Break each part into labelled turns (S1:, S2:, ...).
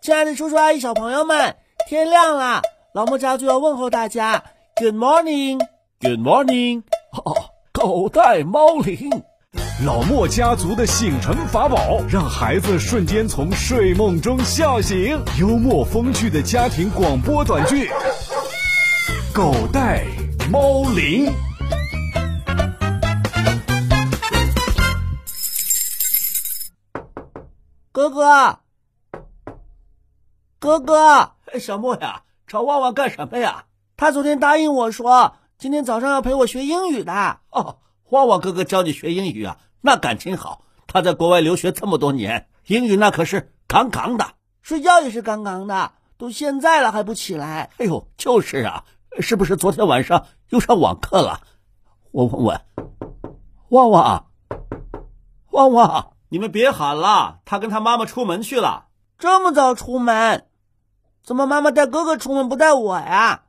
S1: 亲爱的叔叔阿姨、小朋友们，天亮啦，老莫家族要问候大家，Good morning，Good
S2: morning，哦，狗带猫铃。老莫家族的醒神法宝，让孩子瞬间从睡梦中笑醒。幽默风趣的家庭广播短剧，《狗带猫铃》。
S1: 哥哥，哥哥，
S2: 哎小莫呀，找旺旺干什么呀？
S1: 他昨天答应我说，今天早上要陪我学英语的。
S2: 哦。旺旺哥哥教你学英语啊，那感情好。他在国外留学这么多年，英语那可是杠杠的，
S1: 睡觉也是杠杠的。都现在了还不起来？
S2: 哎呦，就是啊，是不是昨天晚上又上网课了？我问问，旺啊旺，旺旺，你们别喊了，他跟他妈妈出门去了。
S1: 这么早出门？怎么妈妈带哥哥出门不带我呀？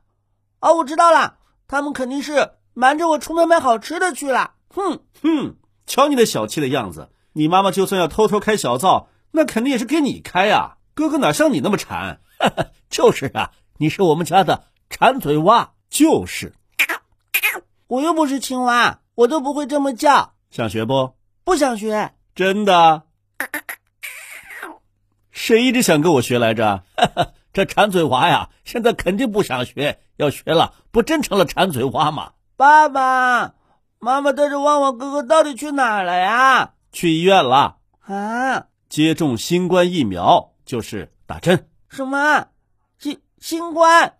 S1: 哦，我知道了，他们肯定是。瞒着我出门买好吃的去了，哼
S2: 哼！瞧你那小气的样子，你妈妈就算要偷偷开小灶，那肯定也是给你开啊。哥哥哪像你那么馋？哈哈就是啊，你是我们家的馋嘴蛙，就是。
S1: 我又不是青蛙，我都不会这么叫。
S2: 想学不？
S1: 不想学。
S2: 真的？谁一直想跟我学来着？ 哈这馋嘴蛙呀，现在肯定不想学，要学了不真成了馋嘴蛙吗？
S1: 爸爸妈妈带着旺旺哥哥到底去哪了呀？
S2: 去医院了
S1: 啊！
S2: 接种新冠疫苗就是打针。
S1: 什么？新新冠？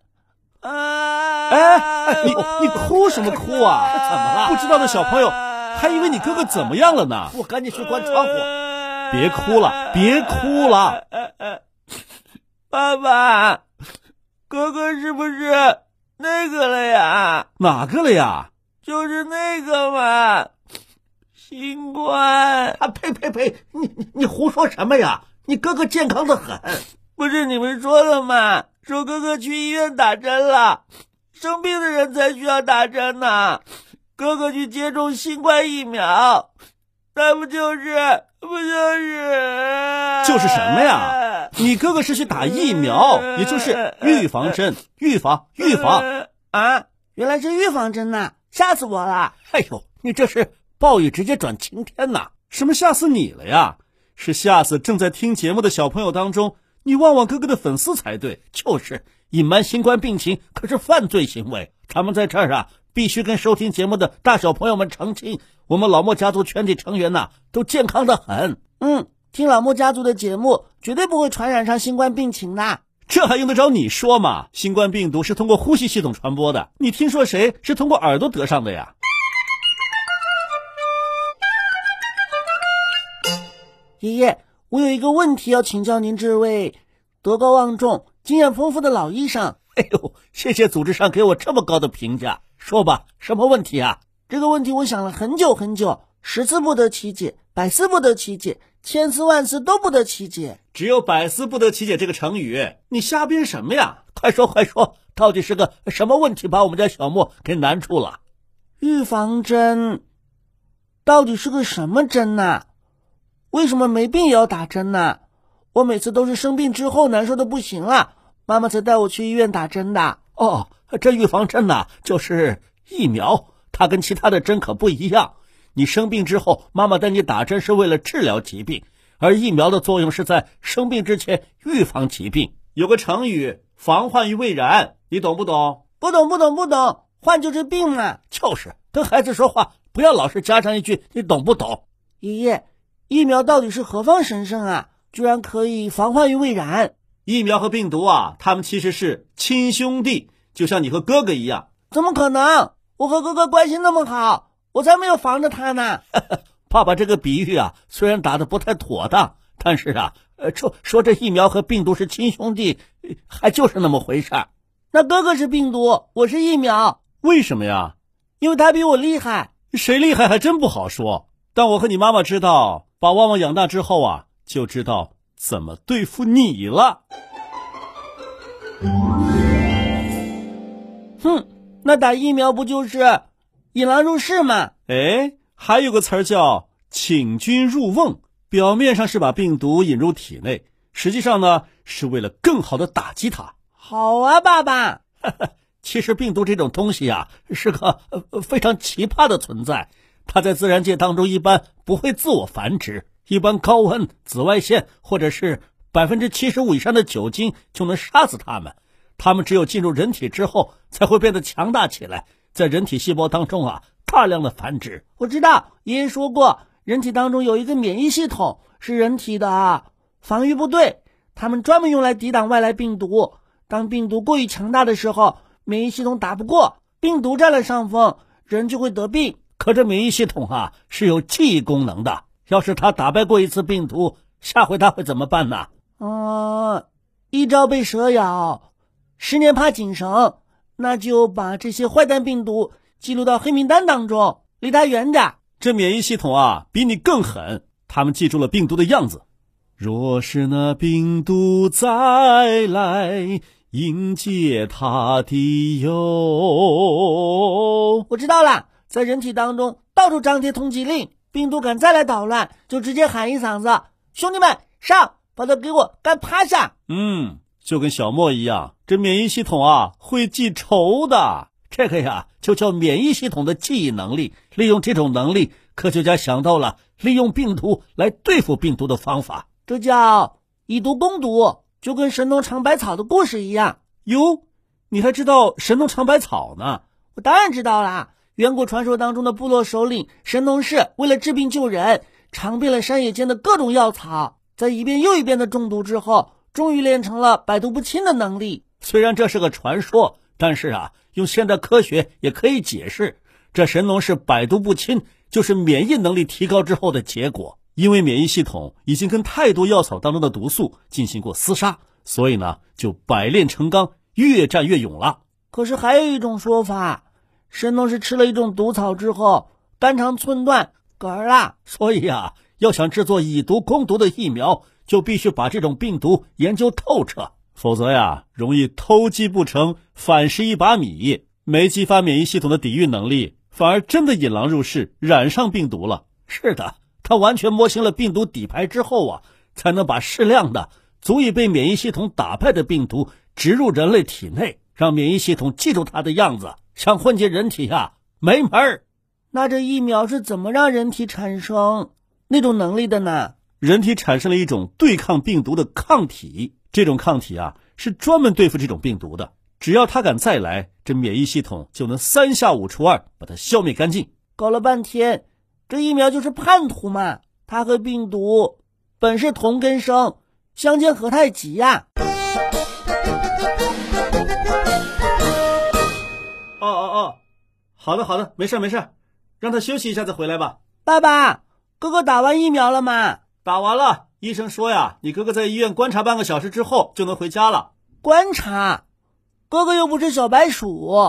S1: 啊！
S2: 哎哎，你你哭什么哭啊？怎么了？不知道的小朋友还以为你哥哥怎么样了呢。
S3: 我赶紧去关窗户。
S2: 别哭了，别哭了。
S1: 爸爸，哥哥是不是？那个了呀，
S2: 哪个了呀？
S1: 就是那个嘛，新冠
S3: 啊！呸呸呸！你你胡说什么呀？你哥哥健康的很，
S1: 不是你们说了吗？说哥哥去医院打针了，生病的人才需要打针呢。哥哥去接种新冠疫苗，那不就是不就是
S2: 就是什么呀？你哥哥是去打疫苗，也就是预防针，预防预防
S1: 啊！原来是预防针呐、啊，吓死我了！
S2: 哎呦，你这是暴雨直接转晴天呐！什么吓死你了呀？是吓死正在听节目的小朋友当中，你旺旺哥哥的粉丝才对，就是隐瞒新冠病情可是犯罪行为，咱们在这儿啊，必须跟收听节目的大小朋友们澄清，我们老莫家族全体成员呐、啊、都健康的很，
S1: 嗯。听老莫家族的节目，绝对不会传染上新冠病情的。
S2: 这还用得着你说吗？新冠病毒是通过呼吸系统传播的，你听说谁是通过耳朵得上的呀？
S1: 爷爷，我有一个问题要请教您这位德高望重、经验丰富的老医生。
S2: 哎呦，谢谢组织上给我这么高的评价。说吧，什么问题啊？
S1: 这个问题我想了很久很久，十次不得其解，百思不得其解。千思万思都不得其解，
S2: 只有“百思不得其解”这个成语。你瞎编什么呀？快说快说，到底是个什么问题把我们家小莫给难住了？
S1: 预防针到底是个什么针呐、啊？为什么没病也要打针呢、啊？我每次都是生病之后难受的不行了，妈妈才带我去医院打针的。
S2: 哦，这预防针呐、啊，就是疫苗，它跟其他的针可不一样。你生病之后，妈妈带你打针是为了治疗疾病，而疫苗的作用是在生病之前预防疾病。有个成语“防患于未然”，你懂不懂？
S1: 不懂，不懂，不懂。患就是病嘛。
S2: 就是跟孩子说话，不要老是加上一句“你懂不懂”。
S1: 爷爷，疫苗到底是何方神圣啊？居然可以防患于未然。
S2: 疫苗和病毒啊，他们其实是亲兄弟，就像你和哥哥一样。
S1: 怎么可能？我和哥哥关系那么好。我才没有防着他呢！
S2: 爸爸这个比喻啊，虽然打的不太妥当，但是啊，呃，说说这疫苗和病毒是亲兄弟，还就是那么回事儿。
S1: 那哥哥是病毒，我是疫苗，
S2: 为什么呀？
S1: 因为他比我厉害。
S2: 谁厉害还真不好说。但我和你妈妈知道，把旺旺养大之后啊，就知道怎么对付你了。
S1: 哼，那打疫苗不就是？引狼入室嘛，
S2: 哎，还有个词儿叫“请君入瓮”，表面上是把病毒引入体内，实际上呢，是为了更好的打击它。
S1: 好啊，爸爸。
S2: 其实病毒这种东西啊，是个呃非常奇葩的存在。它在自然界当中一般不会自我繁殖，一般高温、紫外线或者是百分之七十五以上的酒精就能杀死它们。它们只有进入人体之后，才会变得强大起来，在人体细胞当中啊大量的繁殖。
S1: 我知道，爷爷说过，人体当中有一个免疫系统，是人体的啊防御部队，他们专门用来抵挡外来病毒。当病毒过于强大的时候，免疫系统打不过，病毒占了上风，人就会得病。
S2: 可这免疫系统啊是有记忆功能的，要是它打败过一次病毒，下回它会怎么办呢？
S1: 呃，一朝被蛇咬，十年怕井绳，那就把这些坏蛋病毒记录到黑名单当中，离它远点。
S2: 这免疫系统啊比你更狠，他们记住了病毒的样子。若是那病毒再来，迎接它的有。
S1: 我知道了，在人体当中到处张贴通缉令，病毒敢再来捣乱，就直接喊一嗓子：“兄弟们，上，把它给我干趴下
S2: 嗯，就跟小莫一样，这免疫系统啊会记仇的。这个呀，就叫免疫系统的记忆能力。利用这种能力，科学家想到了利用病毒来对付病毒的方法。！”
S1: 这叫以毒攻毒，就跟神农尝百草的故事一样。
S2: 哟，你还知道神农尝百草呢？
S1: 我当然知道啦。远古传说当中的部落首领神农氏，为了治病救人，尝遍了山野间的各种药草，在一遍又一遍的中毒之后，终于练成了百毒不侵的能力。
S2: 虽然这是个传说，但是啊，用现代科学也可以解释。这神农氏百毒不侵，就是免疫能力提高之后的结果。因为免疫系统已经跟太多药草当中的毒素进行过厮杀，所以呢，就百炼成钢，越战越勇了。
S1: 可是还有一种说法，神农氏吃了一种毒草之后，肝肠寸断，嗝儿啦。
S2: 所以啊，要想制作以毒攻毒的疫苗，就必须把这种病毒研究透彻，否则呀，容易偷鸡不成反蚀一把米，没激发免疫系统的抵御能力，反而真的引狼入室，染上病毒了。是的，他完全摸清了病毒底牌之后啊，才能把适量的、足以被免疫系统打败的病毒植入人类体内，让免疫系统记住它的样子，想混进人体呀、没门儿。
S1: 那这疫苗是怎么让人体产生那种能力的呢？
S2: 人体产生了一种对抗病毒的抗体，这种抗体啊是专门对付这种病毒的。只要它敢再来，这免疫系统就能三下五除二把它消灭干净。
S1: 搞了半天，这疫苗就是叛徒嘛！它和病毒本是同根生，相煎何太急呀、
S2: 哦哦哦，好的好的，没事没事，让他休息一下再回来吧。
S1: 爸爸，哥哥打完疫苗了吗？
S2: 打完了，医生说呀，你哥哥在医院观察半个小时之后就能回家了。
S1: 观察，哥哥又不是小白鼠。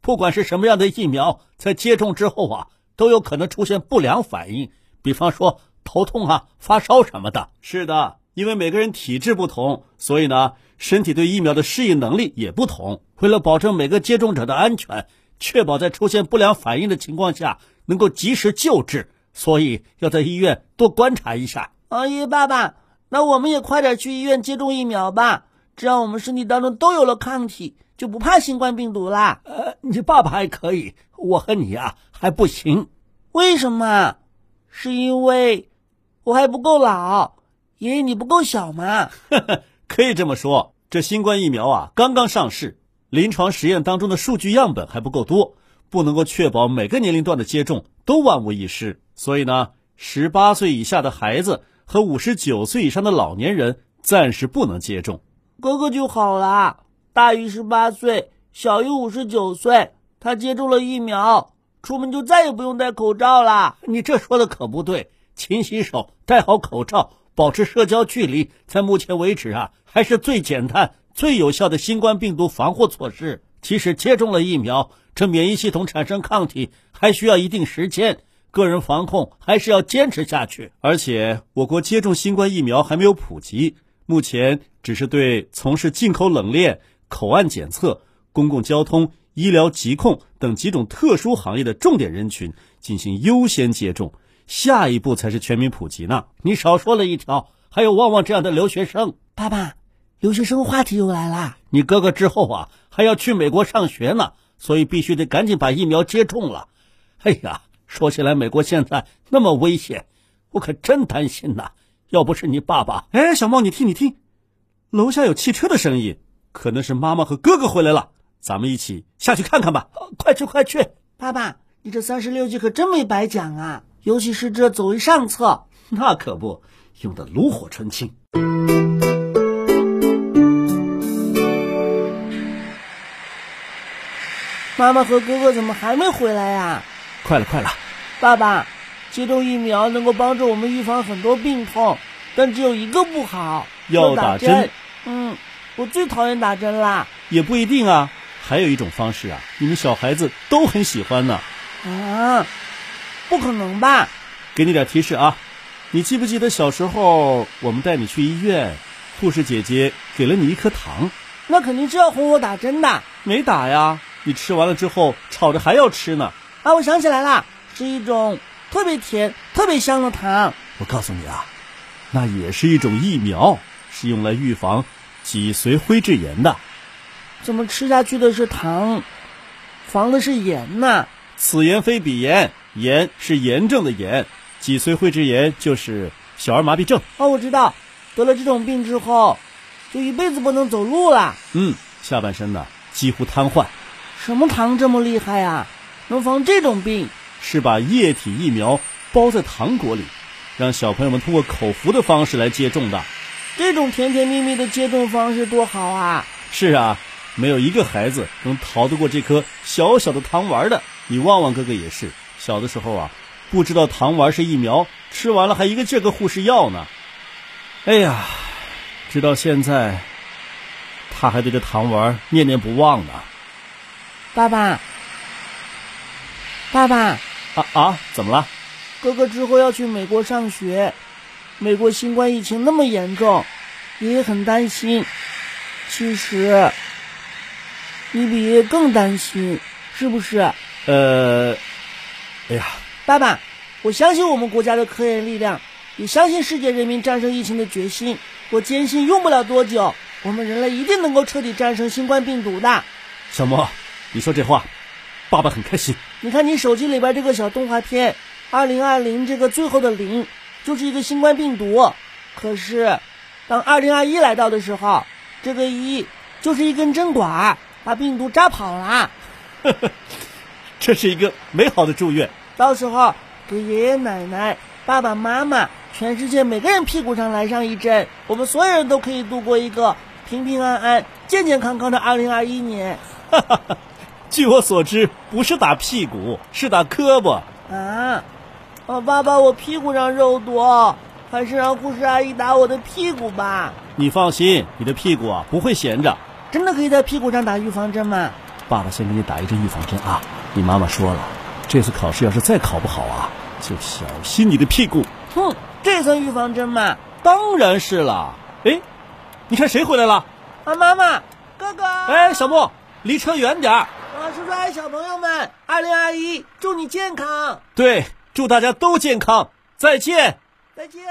S2: 不管是什么样的疫苗，在接种之后啊，都有可能出现不良反应，比方说头痛啊、发烧什么的。是的，因为每个人体质不同，所以呢，身体对疫苗的适应能力也不同。为了保证每个接种者的安全，确保在出现不良反应的情况下能够及时救治，所以要在医院多观察一下。
S1: 阿姨，哦爸爸，那我们也快点去医院接种疫苗吧，这样我们身体当中都有了抗体，就不怕新冠病毒啦。
S2: 呃，你爸爸还可以，我和你啊还不行。
S1: 为什么？是因为我还不够老，爷爷你不够小嘛？
S2: 可以这么说，这新冠疫苗啊刚刚上市，临床实验当中的数据样本还不够多，不能够确保每个年龄段的接种都万无一失。所以呢，十八岁以下的孩子和五十九岁以上的老年人暂时不能接种。
S1: 哥哥就好啦，大于十八岁，小于五十九岁，他接种了疫苗，出门就再也不用戴口罩啦。
S2: 你这说的可不对，勤洗手，戴好口罩，保持社交距离，在目前为止啊，还是最简单、最有效的新冠病毒防护措施。即使接种了疫苗，这免疫系统产生抗体还需要一定时间，个人防控还是要坚持下去。而且，我国接种新冠疫苗还没有普及，目前只是对从事进口冷链、口岸检测、公共交通、医疗疾控等几种特殊行业的重点人群进行优先接种，下一步才是全民普及呢。你少说了一条，还有旺旺这样的留学生。
S1: 爸爸，留学生话题又来啦。
S2: 你哥哥之后啊还要去美国上学呢，所以必须得赶紧把疫苗接种了。哎呀，说起来，美国现在那么危险，我可真担心呐、要不是你爸爸，哎，小茂，你听你听，楼下有汽车的声音，可能是妈妈和哥哥回来了，咱们一起下去看看吧。快去快去！
S1: 爸爸，你这三十六计可真没白讲啊，尤其是这走为上策。
S2: 那可不，用的炉火纯青。
S1: 妈妈和哥哥怎么还没回来呀、
S2: 快了快了，
S1: 爸爸，接种疫苗能够帮助我们预防很多病痛，但只有一个不好，
S2: 要
S1: 打
S2: 打针
S1: 嗯，我最讨厌打针啦。
S2: 也不一定啊。还有一种方式啊，你们小孩子都很喜欢呢、
S1: 啊，不可能吧？
S2: 给你点提示啊，你记不记得小时候我们带你去医院，护士姐姐给了你一颗糖，
S1: 那肯定是要哄我打针的。
S2: 没打呀？你吃完了之后吵着还要吃呢。
S1: 啊，我想起来了，是一种特别甜、特别香的糖。
S2: 我告诉你啊，那也是一种疫苗，是用来预防脊髓灰质炎的。
S1: 怎么吃下去的是糖，防的是盐呐？
S2: 此炎非彼炎，炎是炎症的炎，脊髓灰质炎就是小儿麻痹症。
S1: 哦，我知道，得了这种病之后，就一辈子不能走路了。
S2: 嗯，下半身呢几乎瘫痪，
S1: 什么糖这么厉害啊？能防这种病？
S2: 是把液体疫苗包在糖果里，让小朋友们通过口服的方式来接种的。
S1: 这种甜甜蜜蜜的接种方式多好啊！
S2: 是啊，没有一个孩子能逃得过这颗小小的糖丸的。你旺旺哥哥也是，小的时候啊，不知道糖丸是疫苗，吃完了还一个劲儿跟护士要呢。哎呀，直到现在，他还对这糖丸念念不忘呢。
S1: 爸爸，爸爸，
S2: 啊啊，怎么了？
S1: 哥哥之后要去美国上学，美国新冠疫情那么严重，爷爷很担心。其实，你比爷爷更担心，是不是？
S2: 呃，哎呀，
S1: 爸爸，我相信我们国家的科研力量，也相信世界人民战胜疫情的决心。我坚信，用不了多久，我们人类一定能够彻底战胜新冠病毒的。
S2: 小莫，你说这话，爸爸很开心。
S1: 你看你手机里边这个小动画片，二零二零这个最后的零，就是一个新冠病毒。可是，当二零二一来到的时候，这个一就是一根针管，把病毒扎跑了。
S2: 这是一个美好的祝愿。
S1: 到时候给爷爷奶奶、爸爸妈妈、全世界每个人屁股上来上一针，我们所有人都可以度过一个平平安安、健健康康的二零二一年
S2: 据我所知，不是打屁股，是打胳膊。
S1: 啊！哦，爸爸，我屁股上肉多，还是让护士阿姨打我的屁股吧。
S2: 你放心，你的屁股啊不会闲着。
S1: 真的可以在屁股上打预防针吗？
S2: 爸爸先给你打一针预防针啊！你妈妈说了，这次考试要是再考不好啊，就小心你的屁股。
S1: 哼，这也算预防针吗？
S2: 当然是啦。哎，你看谁回来了？
S1: 啊，妈妈，哥哥，啊，
S2: 哎，小莫，离车远点儿。
S1: 叔叔阿哎姨，小朋友们，二零二一，祝你健康，
S2: 对，祝大家都健康，再见。
S1: 再见。